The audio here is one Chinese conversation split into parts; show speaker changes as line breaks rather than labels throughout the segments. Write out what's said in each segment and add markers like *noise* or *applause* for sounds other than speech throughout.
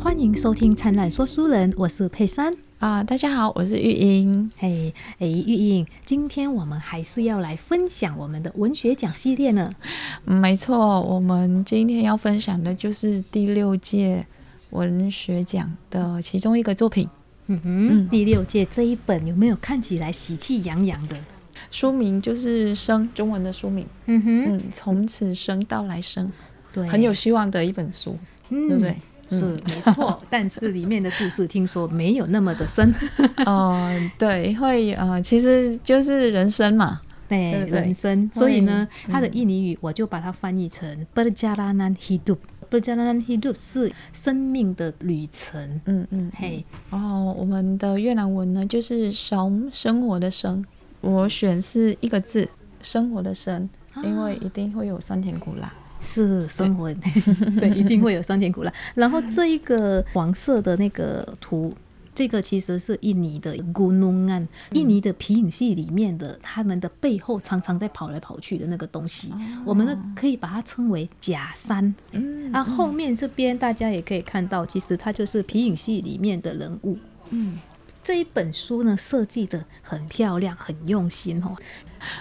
欢迎收听《灿烂说书人》，我是佩珊。
啊、大家好，我是玉英。
嘿，哎，玉英，今天我们还是要来分享我们的文学奖系列呢。
嗯没错，我们今天要分享的就是第六届文学奖的其中一个作品，
嗯哼，第六届这一本有没有看起来喜气洋洋的？
书名就是“生”，中文的书名。
嗯哼，
嗯，从此生到来生，
对，
很有希望的一本书，
嗯，
对不对？
是没
*laughs*
错，但是里面的故事听说没有那么的深，
呃，对，会呃，其实就是人生嘛。
对
对不对嗯
人生，所以呢，它的印尼语我就把它翻译成 perjalanan hidup。perjalanan hidup 是生命的旅程。
嗯嗯。
嘿，
哦，我们的越南文呢，就是“sống”，生活的“生”，我选是一个字，生活的“生”，因为一定会有酸甜苦辣。
是生活， *laughs* 对，一定会有酸甜 *laughs* 苦辣。然后这一个黄色的那个图。这个其实是印尼的 gunung 岸，印尼的皮影戏里面的他们的背后常常在跑来跑去的那个东西，我们呢可以把它称为假山。
嗯
啊，后面这边大家也可以看到，其实它就是皮影戏里面的人物。
嗯，
这一本书呢设计的很漂亮，很用心哦。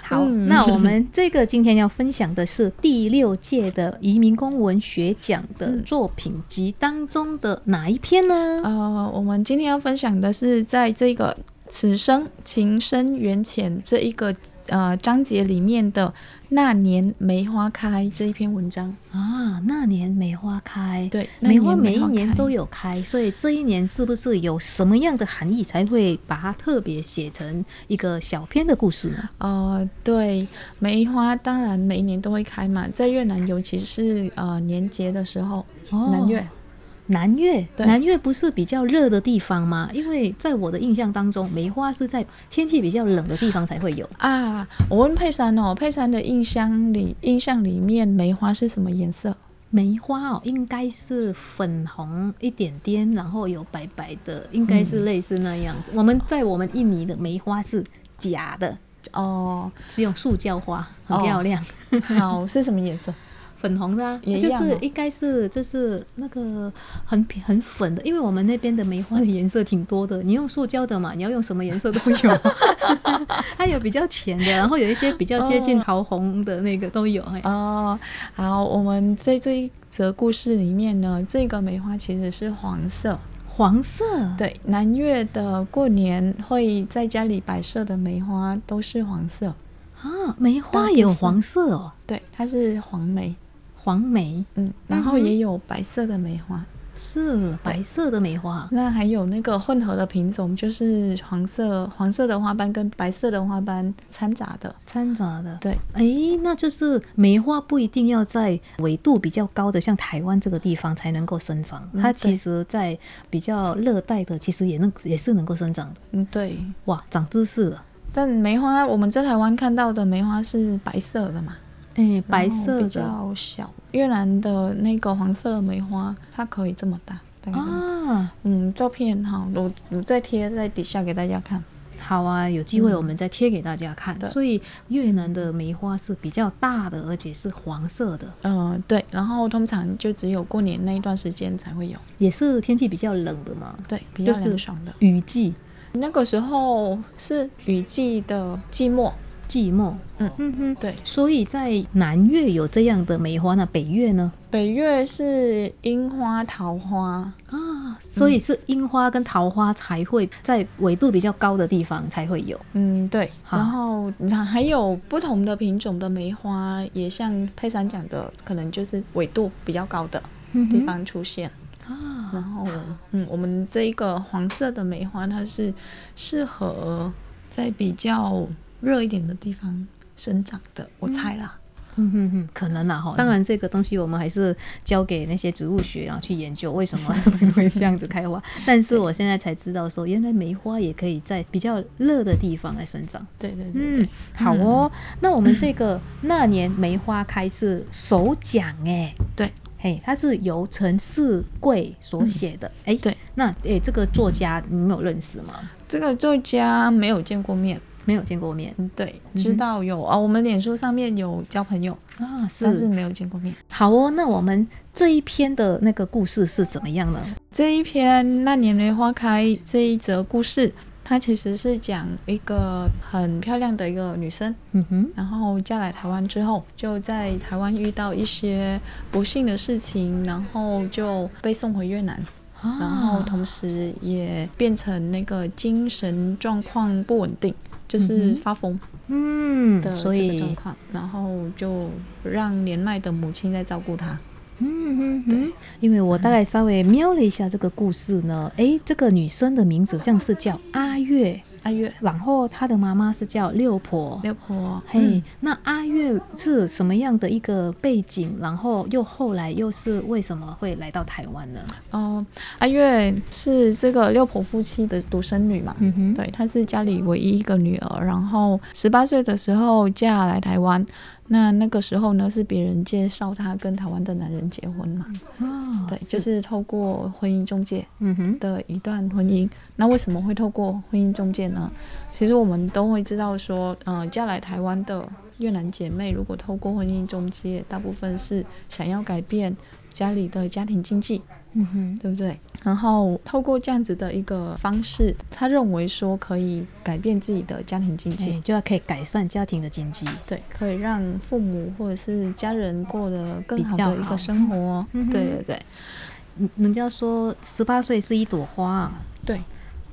好，
嗯
那我们这个今天要分享的是第六届的移民工文学奖的作品集当中的哪一篇呢？
呃，我们今天要分享的是在这个“此生情深缘浅”这一个呃章节里面的“那年梅花开”这一篇文章。
啊，那年梅花开。
对，那
梅花
年
每一
开
年都有开，所以这一年是不是有什么样的含义才会把它特别写成一个小篇的故事呢？
呃，对，梅花当然每一年都会开嘛，在越南尤其是呃年节的时候，
哦
南越。
南越，
对
南越不是比较热的地方吗？因为在我的印象当中，梅花是在天气比较冷的地方才会有。
啊，我问佩珊哦，佩珊的印象里，印象里面梅花是什么颜色？
梅花哦，应该是粉红一点点，然后有白白的，应该
嗯
是类似那样子。我们在我们印尼的梅花是假的，
哦，
是用塑胶花，很
哦
漂亮，
*laughs* 好，是什么颜色？
粉红的、啊，
也一
就
样
是
哦
应该是就是那个很很粉的，因为我们那边的梅花的颜色挺多的，你 *laughs* 用塑胶的嘛，你要用什么颜色都有， *laughs* 它有比较浅的，然后有一些比较接近桃红的那个都有，哎、
哦，好，我们在这一则故事里面呢，这个梅花其实是黄色。
黄色，
对，南越的过年会在家里摆设的梅花都是黄色。
啊，梅花
大
也有
部分
黄色哦，
对，它是黄梅。
黄梅。
嗯，然后也有白色的梅花，
是白色的梅花，
那还有那个混合的品种，就是黄色黄色的花瓣跟白色的花瓣掺杂的。
掺杂的。
对，
诶，哎那就是梅花不一定要在纬度比较高的，像台湾这个地方才能够生长。
嗯
它
对
其实，在比较热带的，其实也能也是能够生长的。
嗯，对。
哇，长知识了！
但梅花，我们在台湾看到的梅花是白色的嘛？
诶，白
然后
色
比
的
较小。越南的那个黄色的梅花，它可以这么大，大概这么大
啊，
嗯，照片哈，我我再贴在底下给大家看。
好啊，有机会我们再贴给大家看。
对
所以越南的梅花是比较大的，而且是黄色的，
嗯，对，然后通常就只有过年那一段时间才会有，
也是天气比较冷的嘛，
对，比
就
较
是
凉爽的。
雨季
那个时候是雨季的季末，
寂寞。
嗯
嗯哼，
对，
所以在南越有这样的梅花，那北越呢？
北越是樱花、桃花，
啊，所以是樱花跟桃花才会在纬度比较高的地方才会有。
嗯，对。
好
然后还有不同的品种的梅花，也像佩珊讲的，可能就是纬度比较高的地方出现。
啊，
然后，嗯，我们这一个黄色的梅花，它是适合在比较热一点的地方生长的，我猜啦。
嗯哼哼，可能啦哈。当然，这个东西我们还是交给那些植物学然后去研究为什么会这样子开花。但是我现在才知道说，原来梅花也可以在比较热的地方来生长。
对对对对
嗯，，好哦。那我们这个那年梅花开是首奖哎，
对，
嘿，它是由陈世贵所写的。哎、
对，
那哎这个作家你有认识吗？
这个作家没有见过面，
没有见过面
嗯对，知道有啊、我们脸书上面有交朋友，
啊，
但是没有见过面。
好哦。那我们这一篇的那个故事是怎么样呢？
这一篇《那年梅花开》这一则故事，它其实是讲一个很漂亮的一个女生，
嗯哼，
然后嫁来台湾之后，就在台湾遇到一些不幸的事情，然后就被送回越南，
啊
然后同时也变成那个精神状况不稳定，就是发疯
嗯
的，
所
这个状
以
况，然后就让年迈的母亲在照顾她。
嗯嗯嗯，因为我大概稍微瞄了一下这个故事呢，诶，这个女生的名字好像是叫阿月，
阿月
然后她的妈妈是叫六婆。
六婆，嗯
嘿，那阿月是什么样的一个背景？然后又后来又是为什么会来到台湾呢？
哦，阿月是这个六婆夫妻的独生女嘛？
嗯哼，
对，她是家里唯一一个女儿，然后十八岁的时候嫁来台湾，那那个时候呢是别人介绍她跟台湾的男人结婚嘛？
哦，
对，就是透过婚姻中介
嗯哼，
的一段婚姻。那为什么会透过婚姻中介呢？其实我们都会知道说，呃，嫁来台湾的越南姐妹，如果透过婚姻中介，大部分是想要改变家里的家庭经济，
嗯哼，
对不对？然后透过这样子的一个方式，他认为说可以改变自己的家庭经济，
哎，就要可以改善家庭的经济。
对，可以让父母或者是家人过得更好
比较
的一
好
个生活。
嗯哼
对对对
嗯人家说十八岁是一朵花，
对，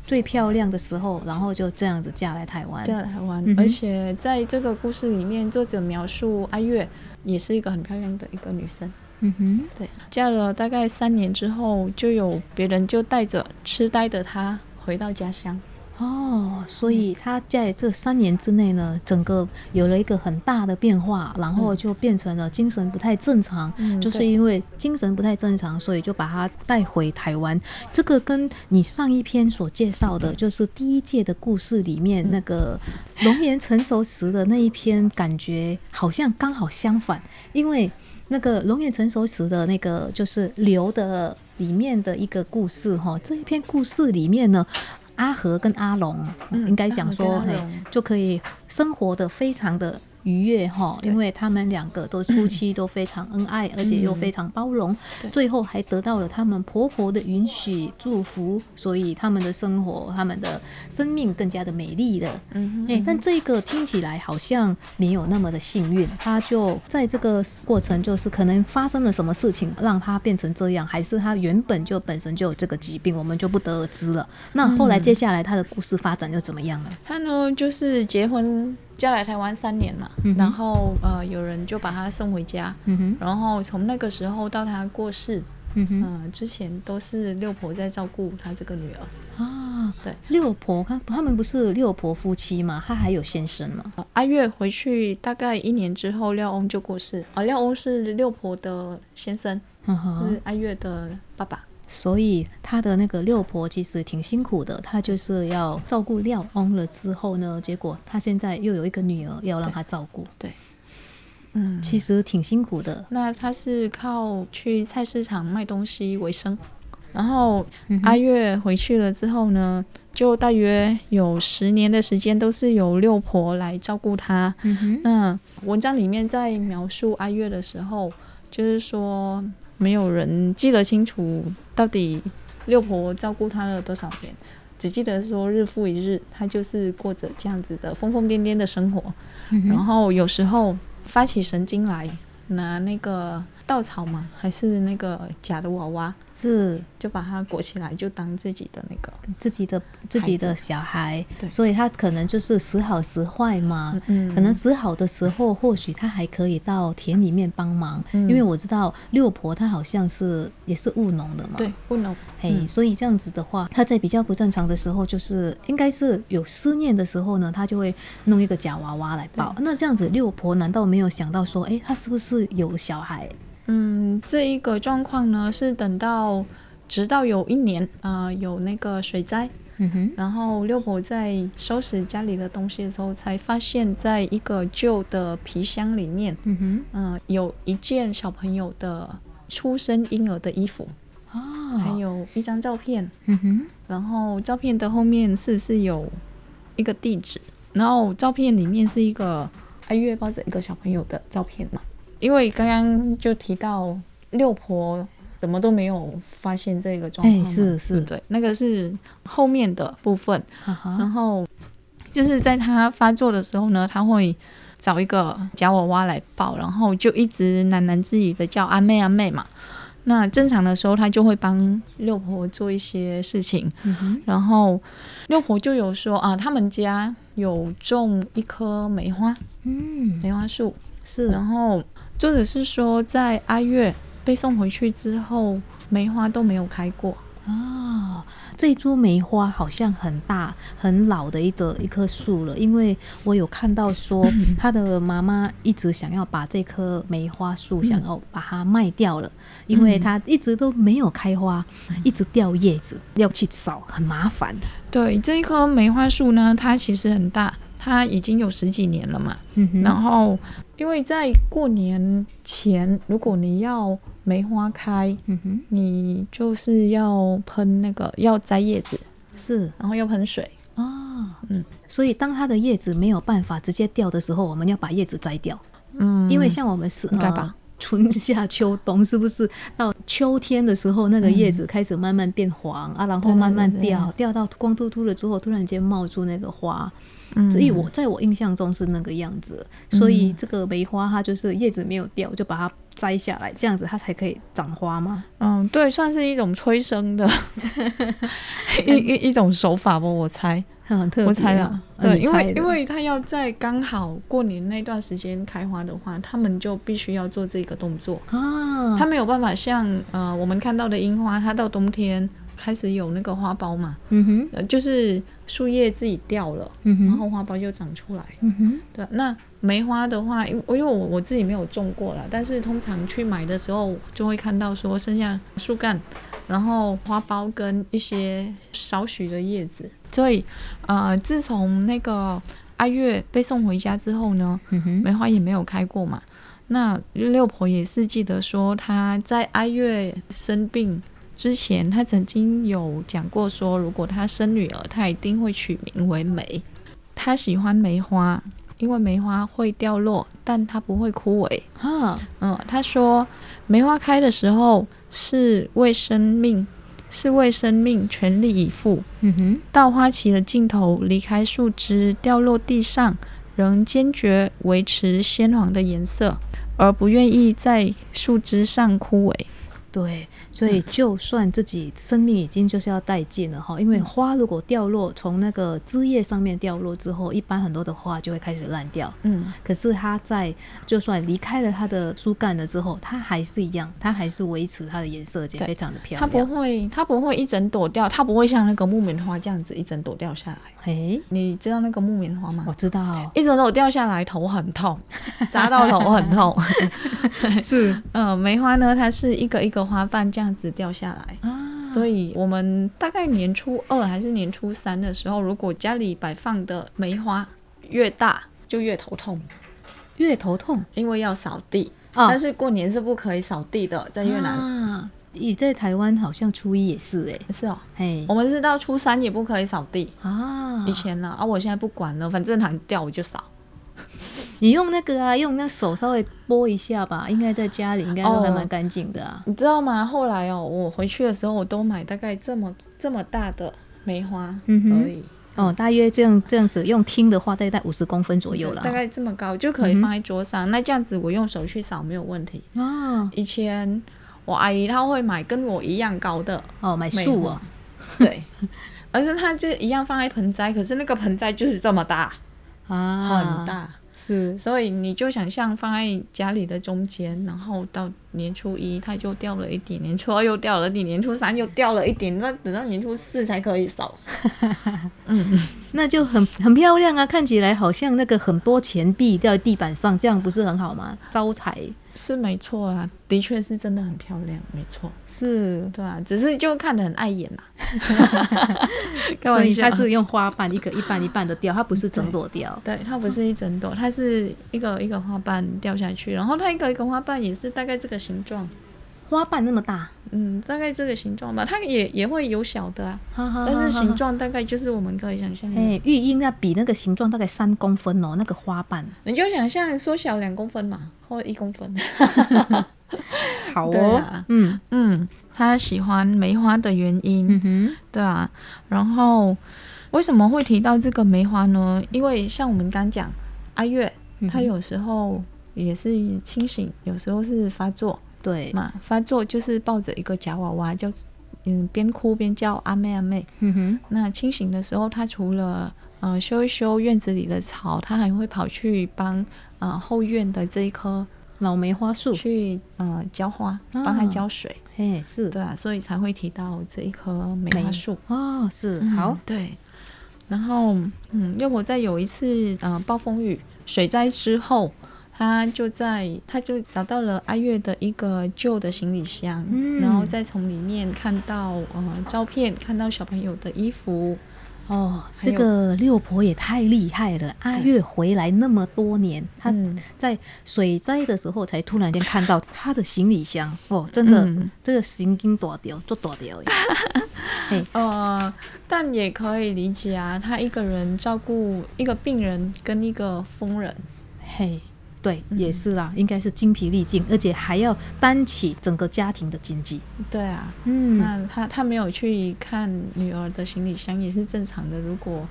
最漂亮的时候，然后就这样子嫁来台湾。
在台湾，
嗯哼
而且在这个故事里面，作者描述阿月也是一个很漂亮的一个女生。
嗯哼，
对，嫁了大概三年之后，就有别人就带着痴呆的她回到家乡。
哦，所以她在这三年之内呢，整个有了一个很大的变化，然后就变成了精神不太正常。
嗯
就是因为精神不太正常，所以就把她带回台湾。这个跟你上一篇所介绍的，就是第一届的故事里面那个龙岩成熟时的那一篇，感觉好像刚好相反，因为。那个龙眼成熟时的那个就是刘的里面的一个故事哈，这一篇故事里面呢，阿和跟阿龙、
嗯
应该讲
阿
说，
和跟
嘿
阿龙
就可以生活的非常的愉悦哈，
对
因为他们两个都夫妻都非常恩爱，而且又非常包容，
嗯对
最后还得到了他们婆婆的允许祝福，所以他们的生活、他们的生命更加的美丽了。
嗯
哎、但这个听起来好像没有那么的幸运，他就在这个过程，就是可能发生了什么事情让他变成这样，还是他原本就本身就有这个疾病，我们就不得而知了。那后
嗯
来接下来他的故事发展又怎么样了？
她呢，就是结婚嫁来台湾三年嘛，
嗯哼
然后呃，有人就把她送回家，
嗯哼，
然后从那个时候到她过世，
嗯哼，
嗯、之前都是六婆在照顾她这个女儿。
啊，
嗯对，
六婆，他他们不是六婆夫妻嘛，他还有先生嘛，
呃阿月回去大概一年之后，廖翁就过世。啊、廖翁是六婆的先生，
呵呵
就是阿月的爸爸。
嗯所以他的那个六婆其实挺辛苦的，她就是要照顾廖翁了之后呢，结果她现在又有一个女儿要让她照顾，
对，嗯，
其实挺辛苦的。
那他是靠去菜市场卖东西为生。然后
嗯哼
阿月回去了之后呢，就大约有十年的时间都是由六婆来照顾他。
嗯哼，
那文章里面在描述阿月的时候，就是说没有人记得清楚到底六婆照顾他了多少年，只记得说日复一日，他就是过着这样子的疯疯癫癫的生活。
嗯
然
哼，
后有时候发起神经来，拿那个稻草嘛，还是那个假的娃娃，
是
就把它裹起来，就当自己的那个。
自己的自己的小孩，
对
所以他可能就是时好时坏嘛。
嗯
可能时好的时候，或许他还可以到田里面帮忙，
嗯
因为我知道六婆她好像是也是务农的嘛，
对，不能
嘿、
嗯
所以这样子的话，他在比较不正常的时候，就是应该是有思念的时候呢，他就会弄一个假娃娃来抱。那这样子，六婆难道没有想到说，诶，哎他是不是有小孩？
嗯，这一个状况呢，是等到直到有一年，呃，有那个水灾，
嗯哼，
然后六婆在收拾家里的东西的时候，才发现在一个旧的皮箱里面，
嗯
嗯、有一件小朋友的出生婴儿的衣服，
哼，
还
哦，
有一张照片，
嗯哼，
然后照片的后面是不是有一个地址？然后照片里面是一个哎阿月抱着一个小朋友的照片嘛？因为刚刚就提到六婆怎么都没有发现这个状
哎
况嘛，
是是嗯
对不对，那个是后面的部分，
哈哈
然后就是在他发作的时候呢，他会找一个夹娃娃来抱，然后就一直喃喃自语的叫阿妹阿妹嘛。那正常的时候，他就会帮六婆做一些事情，
嗯哼
然后六婆就有说啊，他们家有种一棵梅花
嗯，
梅花树，
是
然后作者是说在阿月被送回去之后，梅花都没有开过，
啊，这株梅花好像很大、很老的一个一棵树了，因为我有看到 *laughs* 说他的妈妈一直想要把这棵梅花树想要把它卖掉了，因为它一直都没有开花，一直掉叶子，要去扫很麻烦。
对，这一棵梅花树呢，它其实很大，它已经有十几年了嘛。
嗯哼，
然后，因为在过年前，如果你要梅花开，
嗯哼，
你就是要喷那个，要摘叶子，
是
然后要喷水。
啊，
嗯，
所以当它的叶子没有办法直接掉的时候，我们要把叶子摘掉。
嗯，
因为像我们是
应该
呃
吧
春夏秋冬是不是到秋天的时候，那个叶子开始慢慢变黄、啊，然后
对对
慢慢
对嗯对
掉，掉到光秃秃了之后，突然间冒出那个花。
嗯
所以我在我印象中是那个样子，所以这个梅花它就是叶子没有掉，就把它摘下来，这样子它才可以长花吗？
嗯，对，算是一种催
*laughs*
生的一一一种手法吧，我猜，
很特别啊、
我猜了。
啊
对，
你
因
猜
为
的
因为它要在刚好过年那段时间开花的话，他们就必须要做这个动作。
啊，
它没有办法像呃我们看到的樱花，它到冬天开始有那个花苞嘛，
嗯哼，
呃，就是树叶自己掉了，
嗯
然
哼，
后花苞又长出来。
嗯哼，
对，那梅花的话，因为因为我我自己没有种过啦，但是通常去买的时候就会看到说剩下树干，然后花苞跟一些少许的叶子。所以，呃，自从那个阿月被送回家之后呢，
嗯哼，
梅花也没有开过嘛。那六婆也是记得说，她在阿月生病之前，她曾经有讲过说，如果她生女儿，她一定会取名为梅。她喜欢梅花，因为梅花会掉落，但它不会枯萎。
啊，
嗯，她说梅花开的时候是为生命，是为生命全力以赴。
嗯哼，
到花期的尽头，离开树枝，掉落地上，仍坚决维持鲜黄的颜色，而不愿意在树枝上枯萎。
对，所
嗯
以就算自己生命已经就是要殆尽了哈，因
嗯
为花如果掉落从那个枝叶上面掉落之后，一般很多的花就会开始烂掉。
嗯，
可是它在就算离开了它的树干了之后，它还是一样，它还是维持它的颜色，而且
对
非常的漂
它不
亮。
会，它不会一整朵掉，它不会像那个木棉花这样子一整朵掉下来。
哎，
你知道那个木棉花吗
我？知
*laughs*
道，
一整朵掉下来，头很痛， *laughs* 砸到头很
*laughs*
痛。
是
嗯，梅花呢，它是一个一个花瓣这样子掉下来。
啊，
所以我们大概年初二还是年初三的时候，如果家里摆放的梅花越大，就越头痛，
越头痛
因为要扫地。
啊
但是过年是不可以扫地的，在越南、
啊，你在台湾好像初一也是哎、
是哦。
嘿
我们是到初三也不可以扫地，
啊
以，前呢啊，我现在不管了，反正它掉我就扫。
你用那个啊，用那个手稍微拨一下吧，应该在家里应该都还蛮干净的啊。
你知道吗？后来哦，我回去的时候，我都买大概这么这么大的梅花
嗯哼
而已，
哦，大约这样这样子用听的话，大概五十公分左右
就
了。嗯
大概这么高就可以放在桌上。那这样子我用手去扫没有问题。
哦
以前我阿姨她会买跟我一样高的，
哦，买树哦，
对， *laughs* 而且她就一样放在盆栽，可是那个盆栽就是这么大，
啊，
很大，
是
所以你就想象放在家里的中间，然后到年初一它就掉了一点，年初二又掉了一点，年初三又掉了一点，那等到年初四才可以扫。
那就很很漂亮啊，看起来好像那个很多钱币掉在地板上，这样不是很好吗？招财
是没错啦，的确是真的很漂亮，没错，
是，
对啊，只是就看得很碍眼啊啦。 *laughs* 开
所
玩
以
笑
它，是用花瓣一个一半一半的掉，它不是整朵掉。
对，它不是一整朵，它是一个一个花瓣掉下去，然后它一个一个花瓣也是大概这个形状，
花瓣那么大，
嗯，大概这个形状吧。它也也会有小的啊，
哈哈哈哈
但是形状大概就是我们可以想象的，
哎，玉英那比那个形状大概三公分哦，那个花瓣
你就想象缩小两公分嘛，或一公分。
好
对
哦，
啊
嗯
*laughs* 嗯，他喜欢梅花的原因，
嗯哼，
对啊，然后为什么会提到这个梅花呢？因为像我们刚讲，阿月
嗯哼
他有时候也是清醒，有时候是发作
对，
嘛。发作就是抱着一个夹娃娃，叫嗯边哭边叫阿妹阿妹。
嗯哼，
那清醒的时候，他除了呃修一修院子里的草，他还会跑去帮呃后院的这一棵
老梅花树，
去呃浇花，
啊
帮它浇水。
嘿，是
对啊，所以才会提到这一棵梅花
梅
树。
哦，是
嗯
好，，
对。然后，嗯，六婆在有一次呃暴风雨水灾之后，她就在她就找到了阿月的一个旧的行李箱，
嗯
然后再从里面看到呃照片，看到小朋友的衣服，
哦，
还
这
有
个六婆也太厉害了！阿
对
月回来那么多年，她
嗯
在水灾的时候才突然间看到她的行李箱，哦，真的，
嗯
这个神经大条，做大条耶。
呃，但也可以理解啊，她一个人照顾一个病人跟一个疯人，
嘿，对，
嗯
也是啦，应该是精疲力尽，而且还要担起整个家庭的经济。
对啊，
嗯，
那他他没有去看女儿的行李箱也是正常的，如果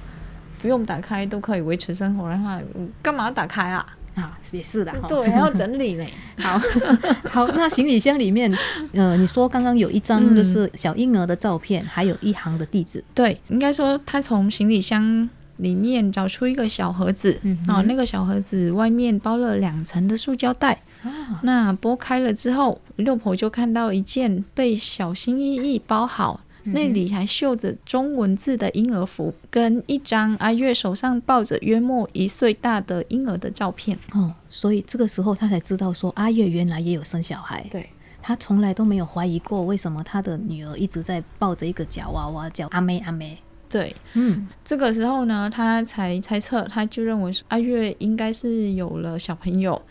不用打开都可以维持生活的话，嗯干嘛要打开啊？
啊，也是的哈。
对，还要整理呢。
好 *laughs* 好，那行李箱里面，呃，你说刚刚有一张
嗯
就是小婴儿的照片，还有一行的地址。
*laughs* 对，应该说他从行李箱里面找出一个小盒子，
嗯哼
哦，那个小盒子外面包了两层的塑胶袋。
啊，
那剥开了之后，六婆就看到一件被小心翼翼包好。那里还绣着中文字的婴儿服，跟一张阿月手上抱着约莫一岁大的婴儿的照片。
哦，所以这个时候他才知道说阿月原来也有生小孩，
对，
他从来都没有怀疑过为什么他的女儿一直在抱着一个假娃娃叫阿妹阿妹。
对，
嗯，
这个时候呢，他才猜测，他就认为说阿月应该是有了小朋友，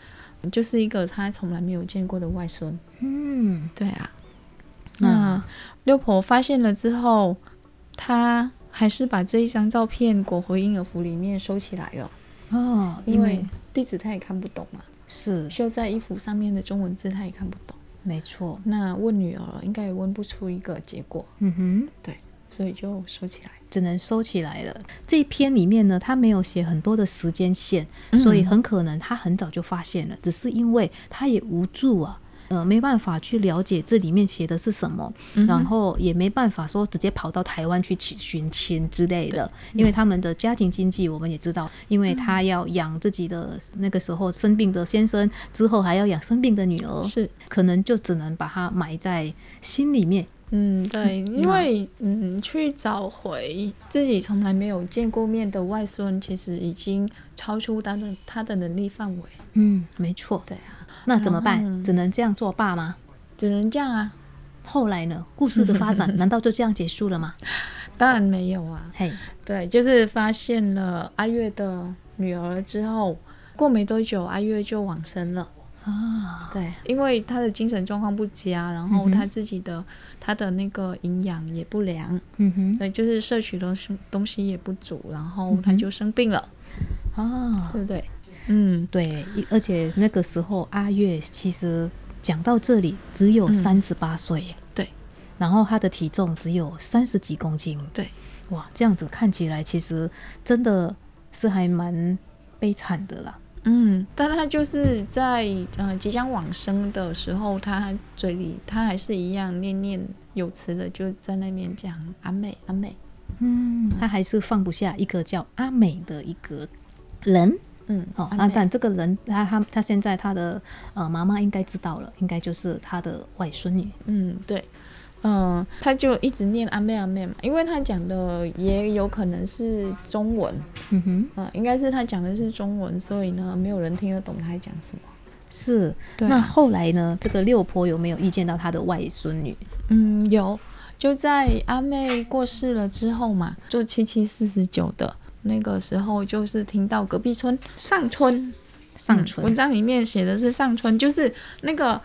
就是一个他从来没有见过的外孙。
嗯，
对啊，嗯那、
那
六婆发现了之后，她还是把这一张照片裹回婴儿服里面收起来了，
哦，
因为地址她也看不懂嘛，
是
绣在衣服上面的中文字她也看不懂。
没错，
那问女儿应该也问不出一个结果，
嗯哼。
所以就收起来。
只能收起来了。这一篇里面呢，他没有写很多的时间线，
嗯
所以很可能他很早就发现了，只是因为他也无助啊，呃，没办法去了解这里面写的是什么，
嗯哼
然后也没办法说直接跑到台湾去寻寻亲之类的，因为他们的家庭经济我们也知道，因
嗯
为他要养自己的那个时候生病的先生，之后还要养生病的女儿，
是，
可能就只能把它埋在心里面。
嗯，对，因
嗯
为嗯，去找回自己从来没有见过面的外孙，其实已经超出他的他的能力范围。
嗯，没错。
对啊，
那怎么办？
嗯
只能这样作罢吗？
只能这样啊。
后来呢？故事的发
*laughs*
展难道就这样结束了吗？
当然没有啊。
嘿，
对，就是发现了阿月的女儿之后，过没多久，阿月就往生了。
啊，
对，因为她的精神状况不佳，然
嗯
后
哼
她自己的她的那个营养也不良，
嗯
对，就是摄取的东东西也不足，然后
嗯
她
哼
就生病了，
哼，啊，
对不对？嗯，
对，一而且那个时候阿月其实讲到这里只有
嗯
三十八岁耶，
对
然后她的体重只有三十几公斤，
对。
哇，这样子看起来其实真的是还蛮悲惨的啦。
嗯，但他就是在呃即将往生的时候，他嘴里他还是一样念念有词的，就在那边讲阿妹阿妹。
嗯，她还是放不下一个叫阿美的一个人。
嗯，
哦，
阿
啊，
妹
但这个人，他他他现在他的呃妈妈应该知道了，应该就是他的外孙女。
嗯，对，嗯、他就一直念阿妹阿妹嘛，因为他讲的也有可能是中文，
嗯哼，
嗯、应该是他讲的是中文，所以呢，没有人听得懂他在讲什么。
是。
对啊
那后来呢？这个六婆有没有遇见到她的外孙女？
嗯，有，就在阿妹过世了之后嘛，就七七四十九的那个时候，就是听到隔壁村上村
上
嗯文
村、
章里面写的是上村，就是那个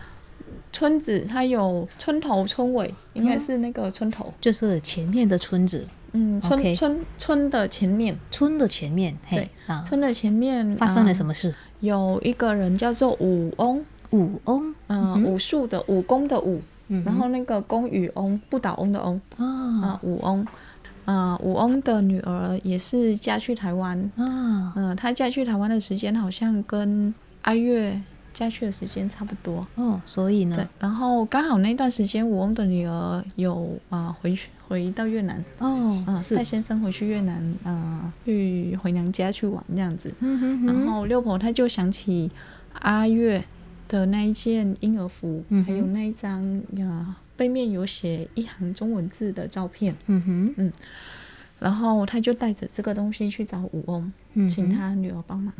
村子，它有村头、村尾，应
哦
该是那个村头，
就是前面的村子，
嗯，村
OK
村村的前面，
村的前面，嘿
对
啊，
村的前面嗯啊
发生了
么？
什么事？
有一个人叫做武翁，
五翁，
嗯，武术的武功的武，
嗯
然后那个公与翁，不倒翁的翁，
啊
啊、武翁，啊、武翁的女儿也是嫁去台湾，
啊
嗯、她嫁去台湾的时间好像跟阿月嫁去的时间差不多，
哦，所以
对
呢，，
然后刚好那段时间武翁的女儿有啊、回去回到越南，
哦
嗯、
是
带，先生回去越南，啊，去回娘家去玩这样子，
嗯哼
然
哼，
后六婆她就想起阿月的那一件婴儿服，
嗯
还有那一张呀、背面有写一行中文字的照片，
嗯哼，
然后她就带着这个东西去找武翁，
嗯哼
请她女儿帮忙。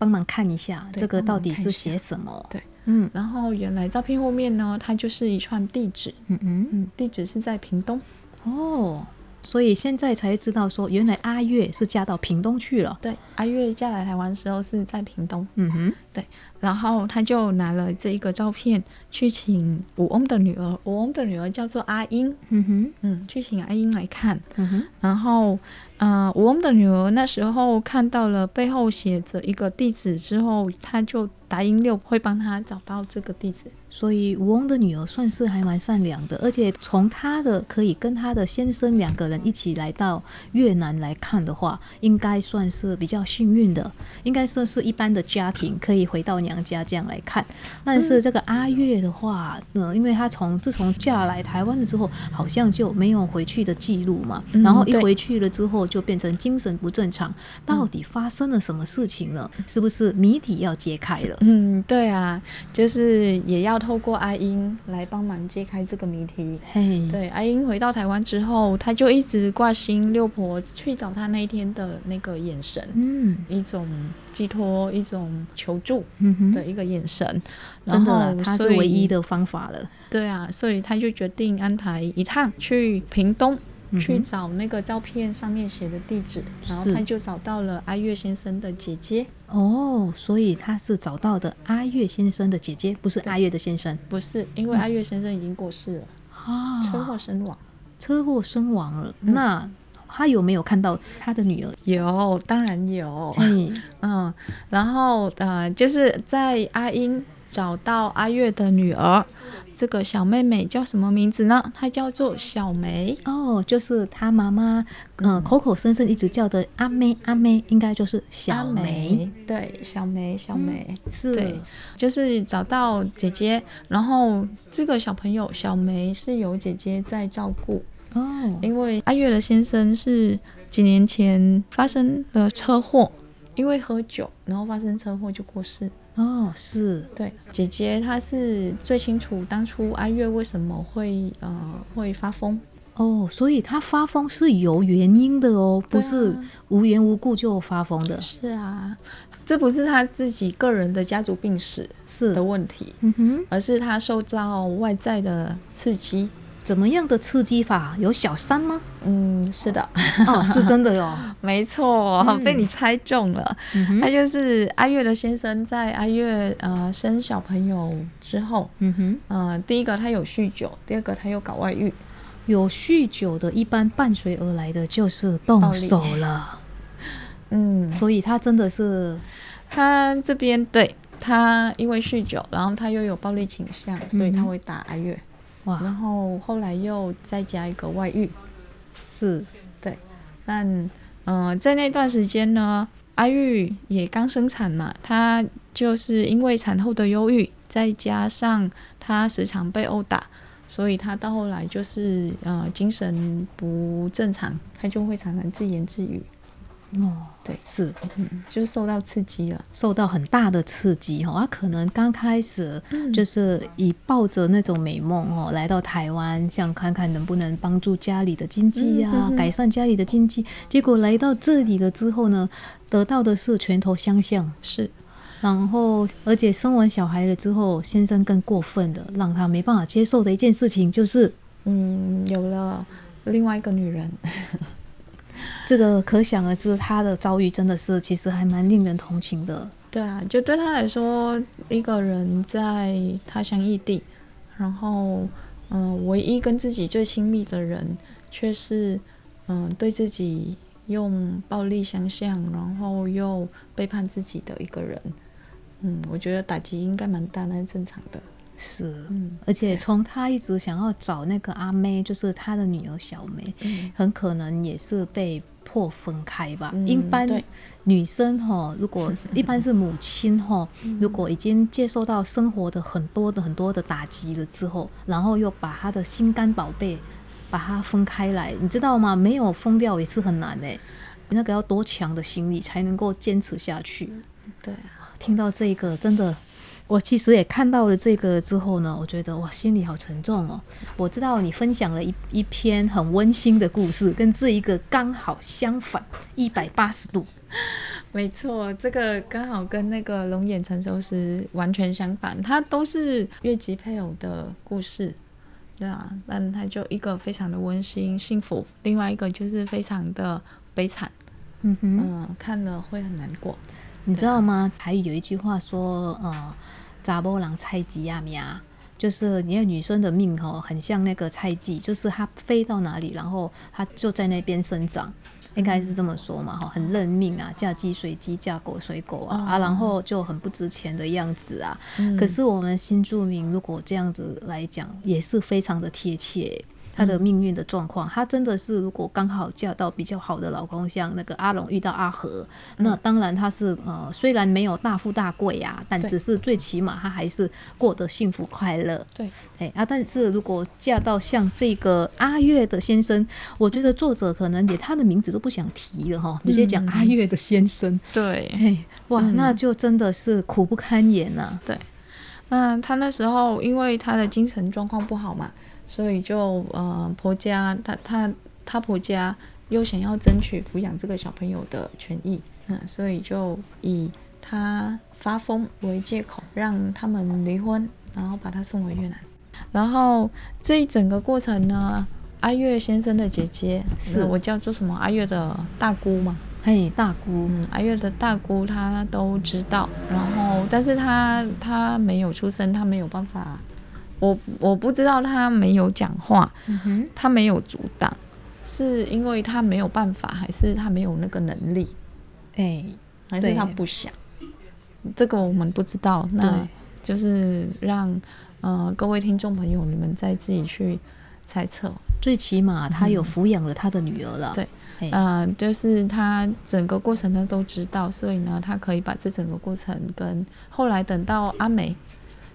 帮忙看一下
对
这个
帮忙
到底
看一
是
下
写什么，
对，
嗯
然后原来照片后面呢，它就是一串地址，
嗯嗯，
嗯，地址是在屏东，
哦，所以现在才知道说，原来阿月是嫁到屏东去了，
对，阿月嫁来台湾的时候是在屏东，
嗯哼，
然后她就拿了这一个照片去请武翁的女儿，武翁的女儿叫做阿英，
嗯哼，
嗯，去请阿英来看。
嗯哼，
然后，呃，我们的女儿那时候看到了背后写着一个地址之后，她就答应六会帮她找到这个地址。
所以吴翁的女儿算是还蛮善良的，而且从她的可以跟她的先生两个人一起来到越南来看的话，应该算是比较幸运的，应该算是一般的家庭可以回到娘家这样来看。但是这个阿月的话，呃，因为她从自从嫁来台湾了之后，好像就没有回去的记录嘛，
嗯
然后一
对
回去了之后就变成精神不正常，到底发生了什么事情呢？是不是谜底要揭开了？
嗯，对啊，就是也要透过阿英来帮忙揭开这个谜题。
嘿，
嗯对，阿英回到台湾之后，她就一直挂心六婆去找她那一天的那个眼神，
嗯
一种寄托、一种求助
嗯哼。
的一个眼神。
真的啦
然，后
它是
所以
唯一的方法了。
对啊，所以他就决定安排一趟去屏东。
嗯哼
去找那个照片上面写的地址，然后
是
他就找到了阿月先生的姐姐，
哦，所以他是找到的阿月先生的姐姐，不是阿月的先生
不是因为阿月先生已经过世了，
啊
车祸嗯身亡。
车祸身亡了。那他有没有看到他的女儿？哎
有，当然有，
嘿，
嗯，然后呃，就是在阿英找到阿月的女儿，这个小妹妹叫什么名字呢？她叫做小梅，
哦，就是他妈妈，
嗯
呃，口口声声一直叫的阿妹，阿妹应该就是
阿
小梅，嗯
梅，对，小梅，小梅。
是，
对，就是找到姐姐，然后这个小朋友小梅是由姐姐在照顾，
哦，
因为阿月的先生是几年前发生了车祸，因为喝酒然后发生车祸就过世。
哦，是，
对，姐姐她是最清楚当初阿月为什么会呃会发疯，
哦，所以他发疯是有原因的哦，不
对啊
是无缘无故就发疯的，
是啊，这不是她自己个人的家族病史的
是，
问题，
嗯哼。
而是她受到外在的刺激。
怎么样的刺激法？有小三吗？
嗯，是的。
哦，是真的哟。
*laughs* 没错，
嗯
被你猜中了。
嗯
他
哼，
就是阿月的先生，在阿月呃生小朋友之后，
嗯哼，
呃，第一个他有酗酒，第二个他又搞外遇。
有酗酒的，一般伴随而来的就是动手了，
嗯，
所以他真的是，
他这边对他因为酗酒，然后他又有暴力倾向，所以
嗯哼
他会打阿月。然
哇，
后后来又再加一个外遇，
是，
但嗯、呃在那段时间呢，阿玉也刚生产嘛，她就是因为产后的忧郁，再加上她时常被殴打，所以她到后来就是呃精神不正常，她就会常常自言自语，
哦，
对
是
就是受到刺激了。
受到很大的刺激哦。他可能刚开始
嗯
就是以抱着那种美梦哦，来到台湾，想看看能不能帮助家里的经济
嗯
啊
嗯，嗯
改善家里的经济。结果来到这里了之后呢，得到的是拳头相向。
是，
然后，而且生完小孩了之后，先生更过分的，让他没办法接受的一件事情就是，
嗯，有了另外一个女人，
这个可想而知，他的遭遇真的是其实还蛮令人同情的。
对啊，就对他来说，一个人在他乡异地，然后嗯、呃唯一跟自己最亲密的人，却是嗯、呃对自己用暴力相向，然后又背叛自己的一个人。嗯，我觉得打击应该蛮大，那是正常的。
是，
嗯
而且从他一直想要找那个阿妹，就是他的女儿小梅，
嗯
很可能也是被迫分开吧。
嗯
一般
对
女生哈、如果一般是母亲哈、
嗯
如果已经接受到生活的很多的很多的打击了之后，然后又把她的心肝宝贝把它分开来，你知道吗？没有分掉也是很难哎、那个要多强的心理才能够坚持下去？
对啊，
听到这个，真的，我其实也看到了这个之后呢，我觉得哇，心里好沉重哦。我知道你分享了一一篇很温馨的故事，跟这一个刚好相反，一百八十度。
没错，这个刚好跟那个《龙眼成熟时》完全相反，它都是越级配偶的故事，对啊，但它就一个非常的温馨幸福，另外一个就是非常的悲惨，
嗯哼，
嗯，看了会很难过。
你知道吗？还有一句话说，呃，查波郎菜鸡亚米亚，就是因为女生的命哦，很像那个菜鸡，就是它飞到哪里，然后它就在那边生长。应该是这么说嘛，哈，很认命啊，嫁鸡随鸡，嫁狗随狗啊，啊，然后就很不值钱的样子啊。
嗯
可是我们新住民如果这样子来讲，也是非常的贴切。她的命运的状况，她真的是如果刚好嫁到比较好的老公，像那个阿龙遇到阿和，那当然她是呃，虽然没有大富大贵呀、但
对
只是最起码她还是过得幸福快乐。
对，
哎啊，但是如果嫁到像这个阿月的先生，我觉得作者可能连他的名字都不想提了哈，直接讲阿月的先生，
对
嘿，哇，那就真的是苦不堪言啊呐、
对，那她那时候因为她的精神状况不好嘛，所以就呃婆家她她她婆家又想要争取抚养这个小朋友的权益，嗯，所以就以她发疯为借口让他们离婚，然后把她送回越南。然后这一整个过程呢，阿月先生的姐姐
是
那我叫做什么？阿月的大姑嘛，
嘿，大姑，
嗯，阿月的大姑她都知道，然后但是她她没有出声，她没有办法，我我不知道她没有讲话，
嗯哼，
她没有阻挡，是因为她没有办法，还是她没有那个能力，
哎，
还是她
对
不想？这个我们不知道，那
对
就是让呃各位听众朋友你们再自己去猜测。哦
最起码他有抚养了他的女儿了，
对
嘿，
呃，就是他整个过程他都知道，所以呢，他可以把这整个过程跟后来等到阿梅、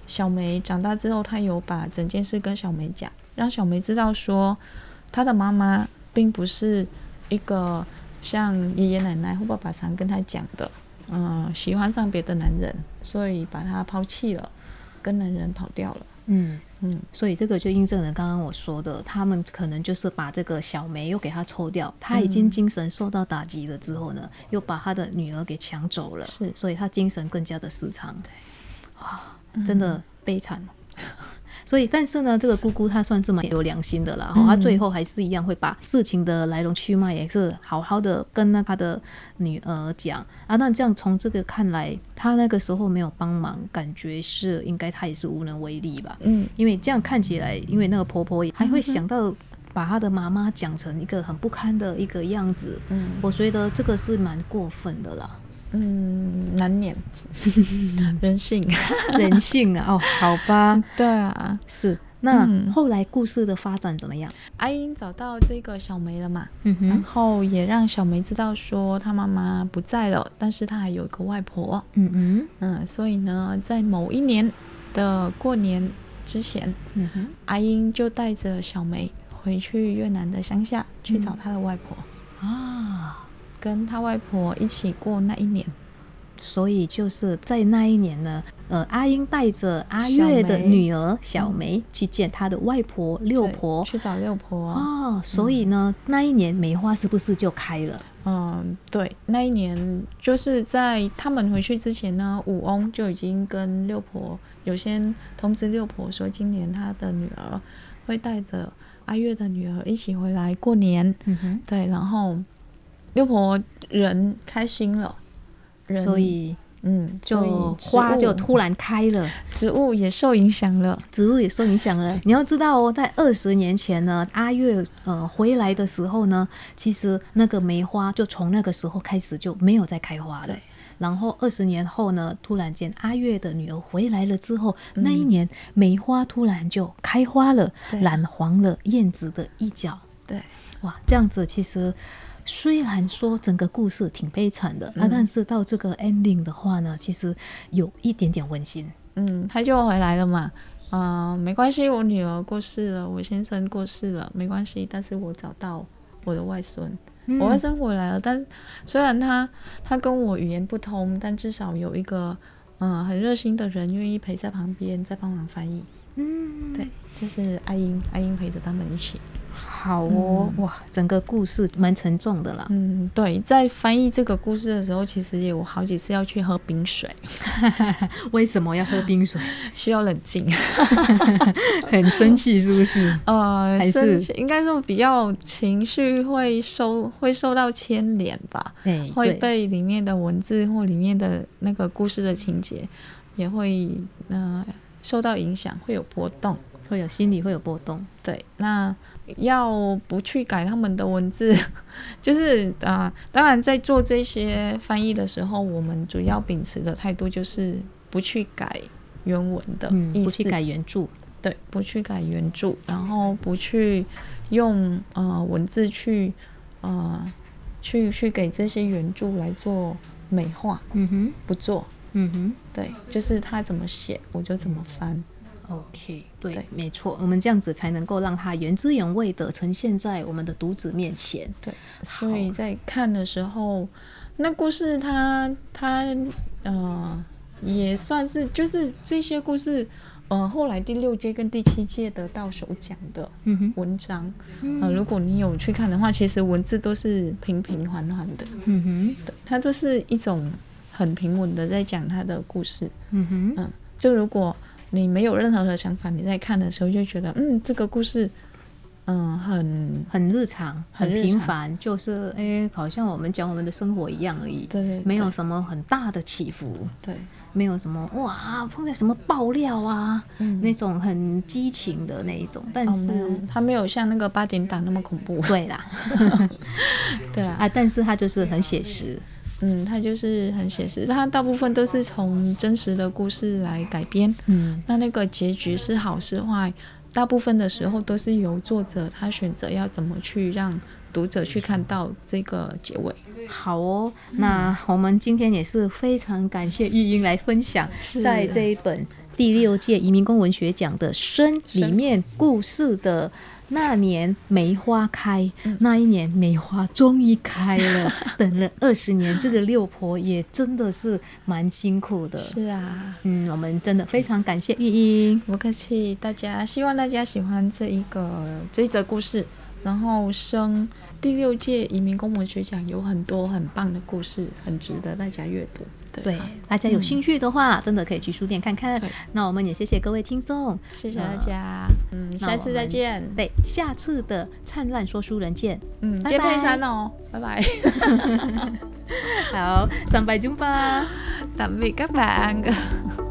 小梅长大之后，他有把整件事跟小梅讲，让小梅知道说，她的妈妈并不是一个像爷爷奶奶或爸爸常跟她讲的，嗯、喜欢上别的男人，所以把他抛弃了，跟男人跑掉了，
嗯。
嗯。
所以这个就印证了刚刚我说的，他们可能就是把这个小梅又给她抽掉，她已经精神受到打击了之后呢，又把她的女儿给抢走了，
是
所以她精神更加的失常，哇，真的悲惨。 *laughs* 所以，但是呢，这个姑姑她算是蛮有良心的啦，哈、她最后还是一样会把事情的来龙去脉也是好好的跟那她的女儿讲啊。那这样从这个看来，她那个时候没有帮忙，感觉是应该她也是无能为力吧。
嗯，
因为这样看起来，因为那个婆婆也还会想到把她的妈妈讲成一个很不堪的一个样子，
嗯，
我觉得这个是蛮过分的啦， *laughs*
嗯，难免 *laughs* 人性，
人性啊，哦，好吧，
对啊，
是。那
嗯
后来故事的发展怎么样？
阿英找到这个小梅了嘛，
嗯
然，后也让小梅知道说她妈妈不在了，但是她还有一个外婆。
嗯嗯
嗯，所以呢，在某一年的过年之前，
嗯哼，
阿英就带着小梅回去越南的乡下去
嗯
找她的外婆，
啊，
跟她外婆一起过那一年。
所以就是在那一年呢，呃，阿英带着阿月的
小梅
女儿小梅去见她的外婆六
对
婆。
去找六婆。
哦，所以呢，那一年梅花是不是就开了？
嗯，对，那一年就是在他们回去之前呢，武翁就已经跟六婆有先通知六婆说，今年他的女儿会带着阿月的女儿一起回来过年。
嗯哼，
对，然后六婆人开心了，人
所以
嗯，所以
就
植
花就
物
突然开了，
植物也受影响了。
植物也受影响了。你要知道哦，在二十年前呢，阿月呃回来的时候呢，其实那个梅花就从那个时候开始就没有再开花了
对。
然后二十年后呢，突然间阿月的女儿回来了之后，那一年梅花突然就开花了，
嗯对
染黄了燕子的一角。
对，
哇，这样子其实虽然说整个故事挺悲惨的、
嗯
啊，但是到这个 ending 的话呢，其实有一点点温馨。
嗯，他就回来了嘛。嗯、没关系，我女儿过世了，我先生过世了，没关系。但是我找到我的外孙，
嗯
我外孙回来了。但虽然他他跟我语言不通，但至少有一个嗯、呃很热心的人愿意陪在旁边，在帮忙翻译。
嗯，
对，就是阿英，阿英陪着他们一起。
好哦，哇，整个故事蛮沉重的啦。
嗯，对，在翻译这个故事的时候，其实也有好几次要去喝冰水，
嗯为什么要喝冰水？
需要冷静。
*laughs* 很生气是不是？
呃，
还
甚
是
至应该说比较情绪会受会受到牵连吧，
哎，
会
对
被里面的文字或里面的那个故事的情节也会呃受到影响，会有波动。
会有心里会有波动。
对，那要不去改他们的文字， *laughs* 就是啊、呃当然在做这些翻译的时候，我们主要秉持的态度就是不去改原文的
嗯，
意思，
不去改原著。
对，不去改原著，然后不去用呃文字去呃去去给这些原著来做美化，
嗯哼，
不做。
嗯哼。
对，就是他怎么写，我就怎么翻。
OK，对，
对
没错，我们这样子才能够让它原汁原味的呈现在我们的读者面前。
对，所以在看的时候，那故事它它呃也算是就是这些故事，呃后来第六届跟第七届得到首奖的
嗯哼，
文章，呃如果你有去看的话，其实文字都是平平缓缓的，
嗯哼，
对，它都是一种很平稳的在讲它的故事，
嗯哼，
嗯，就如果你没有任何的想法，你在看的时候就觉得，嗯，这个故事，嗯、很，
很日常，很
很日
平
常
凡，就是哎，好像我们讲我们的生活一样而已，
对对
没有什么很大的起伏，
对，
没有什么哇碰到什么爆料啊、那种很激情的那一种，但
嗯哦
是、
没有它没有像那个八点档那么恐怖。
对啦
对啊，
啊，但是它就是很写实。
嗯，它就是很写实，它大部分都是从真实的故事来改编。
嗯
那那个结局是好是坏，大部分的时候都是由作者他选择要怎么去让读者去看到这个结尾。
好哦，那我们今天也是非常感谢玉英来分享，
是
在这一本第六届移民工文学奖的《生》里面故事的。那年梅花开，
嗯
那一年梅花终于开了，等了二十年，这个六婆也真的是蛮辛苦
*laughs*
的。
是啊，
嗯，我们真的非常感谢玉英。
不客气，大家希望大家喜欢这一个这一则故事。然后生第六届移民公文学奖有很多很棒的故事，很值得大家阅读。
对
啊，
大家有兴趣的话，真的可以去书店看看
对。
那我们也谢谢各位听众，
谢谢大家，嗯，
那
下次
我
再
们
见，
对，下次的灿烂说书人见。
嗯，
拜
接
拜
配衫哦，拜拜， *laughs*
好，sampai jumpa。
tạm biệt các bạn.